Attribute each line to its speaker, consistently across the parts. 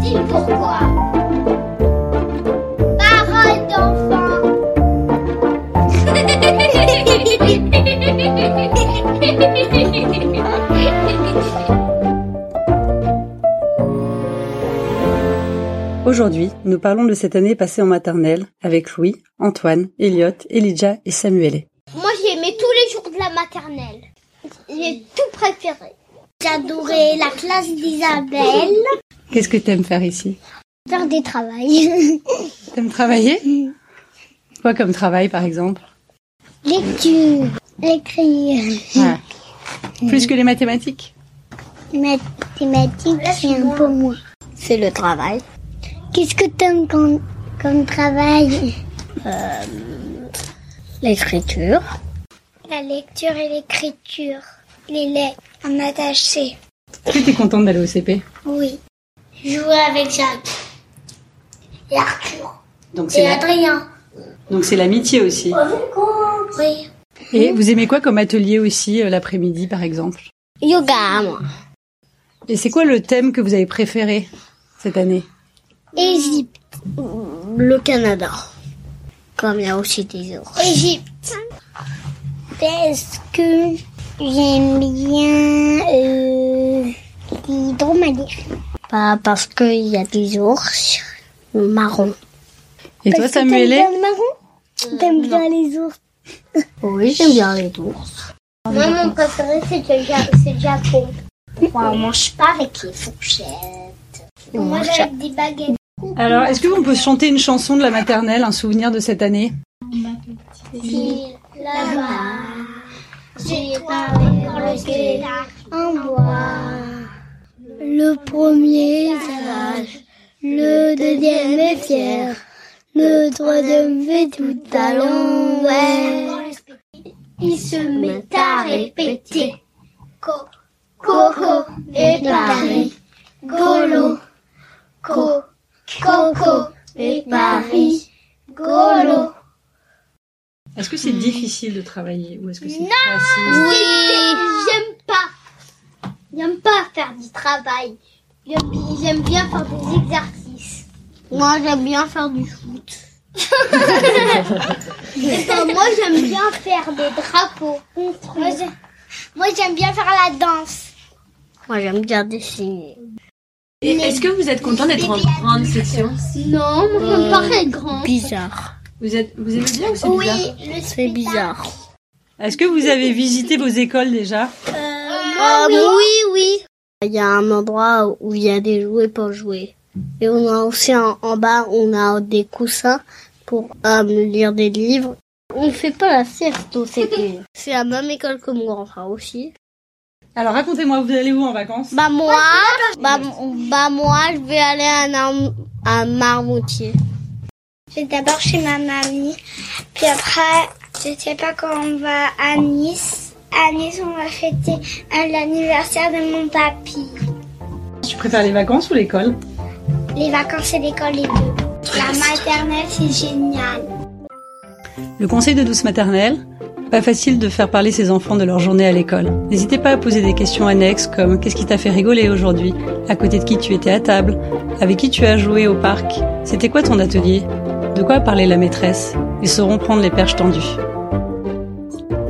Speaker 1: dit pourquoi. Parole d'enfant.
Speaker 2: Aujourd'hui, nous parlons de cette année passée en maternelle avec Louis, Antoine, Elliot, Elijah et Samuel.
Speaker 1: Moi, j'ai aimé tous les jours de la maternelle. J'ai tout préféré. J'adorais la classe d'Isabelle.
Speaker 2: Qu'est-ce que t'aimes faire ici
Speaker 1: Faire des travails.
Speaker 2: T'aimes travailler Quoi comme travail, par exemple
Speaker 1: Lecture. Écrire.
Speaker 2: Ah. Plus que les mathématiques
Speaker 1: Mathématiques, c'est un peu moins.
Speaker 3: C'est le travail.
Speaker 1: Qu'est-ce que t'aimes comme, comme travail
Speaker 3: L'écriture.
Speaker 1: La lecture et l'écriture. Les lettres en attaché.
Speaker 2: Est-ce que t'es contente d'aller au CP
Speaker 1: Oui. Jouer avec Jacques. Et Arthur.
Speaker 2: Donc c'est la-
Speaker 1: Adrien.
Speaker 2: donc c'est l'amitié aussi.
Speaker 1: Oui.
Speaker 2: Et vous aimez quoi comme atelier aussi euh, l'après-midi, par exemple
Speaker 3: Yoga, moi.
Speaker 2: Et c'est quoi le thème que vous avez préféré cette année
Speaker 1: Égypte.
Speaker 3: Le Canada. Comme il y a aussi des ours.
Speaker 1: Égypte. Parce que j'aime bien euh, les dromadaires.
Speaker 3: Pas parce qu'il y a des ours marrons.
Speaker 2: Et toi, Samuel
Speaker 1: le marron T'aimes bien les ours
Speaker 3: Oui, j'aime bien les ours.
Speaker 1: Moi, mon préféré, c'est le, ja c'est le Japon. on mange pas avec les fourchettes.
Speaker 3: On mange
Speaker 1: avec des baguettes.
Speaker 2: Alors, est-ce que vous pouvez chanter une chanson de la maternelle, un souvenir de cette année
Speaker 1: Là-bas, j'ai trouvé encore le squelette en bois. Le premier sage, le deuxième est fier, le troisième fait tout à l'envers. Il se met à répéter. Co, coco et Paris, golo. Co, coco et Paris, golo.
Speaker 2: Est-ce que c'est difficile de travailler ou est-ce que c'est facile
Speaker 1: Oui, j'aime pas. J'aime pas faire du travail. J'aime j'aime bien faire des exercices.
Speaker 3: Moi, j'aime bien faire du foot.
Speaker 1: Enfin, ben, moi, j'aime bien faire des drapeaux. Moi, j'ai- Moi, j'aime bien faire la danse.
Speaker 3: Moi, j'aime bien dessiner.
Speaker 4: Et Est-ce que vous êtes content d'être en grande section
Speaker 1: Non, mon
Speaker 3: Euh,
Speaker 1: paraît grand.
Speaker 3: Bizarre.
Speaker 4: Vous êtes, vous aimez bien ou c'est
Speaker 1: Oui,
Speaker 4: bizarre
Speaker 1: le
Speaker 3: C'est
Speaker 1: spectacle.
Speaker 3: bizarre.
Speaker 2: Est-ce que vous avez visité vos écoles déjà
Speaker 3: Ah oui, oui. Il y a un endroit où il y a des jouets pour jouer. Et on a aussi en, en bas, on a des coussins pour euh, lire des livres. On ne fait pas la sieste au CP. C'est la même école que mon grand-frère aussi.
Speaker 2: Alors racontez-moi, vous allez où en vacances
Speaker 3: Bah moi, bah, bah moi, je vais aller à, Nar- à Marmoutier.
Speaker 1: J'ai d'abord chez ma mamie, puis après, je sais pas quand on va à Nice. À Nice, on va fêter euh, l'anniversaire de mon papy.
Speaker 2: Tu préfères Bah, les vacances ou l'école
Speaker 1: Les vacances et l'école, les deux. La maternelle, c'est génial.
Speaker 2: Le conseil de douce maternelle Pas facile de faire parler ses enfants de leur journée à l'école. N'hésitez pas à poser des questions annexes comme qu'est-ce qui t'a fait rigoler aujourd'hui À côté de qui tu étais à table Avec qui tu as joué au parc C'était quoi ton atelier De quoi a parlé la maîtresse Ils sauront prendre les perches tendues.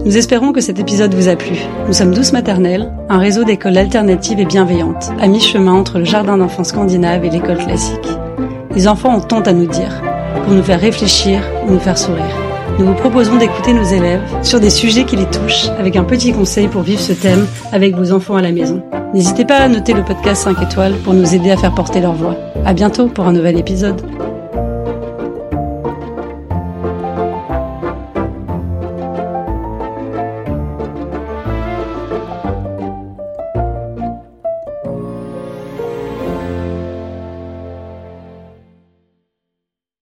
Speaker 2: Nous espérons que cet épisode vous a plu. Nous sommes Douce Maternelle, un réseau d'écoles alternatives et bienveillantes, à mi-chemin entre le jardin d'enfants scandinave et l'école classique. Les enfants ont tant à nous dire, pour nous faire réfléchir ou nous faire sourire. Nous vous proposons d'écouter nos élèves sur des sujets qui les touchent avec un petit conseil pour vivre ce thème avec vos enfants à la maison. N'hésitez pas à noter le podcast 5 étoiles pour nous aider à faire porter leur voix. À bientôt pour un nouvel épisode.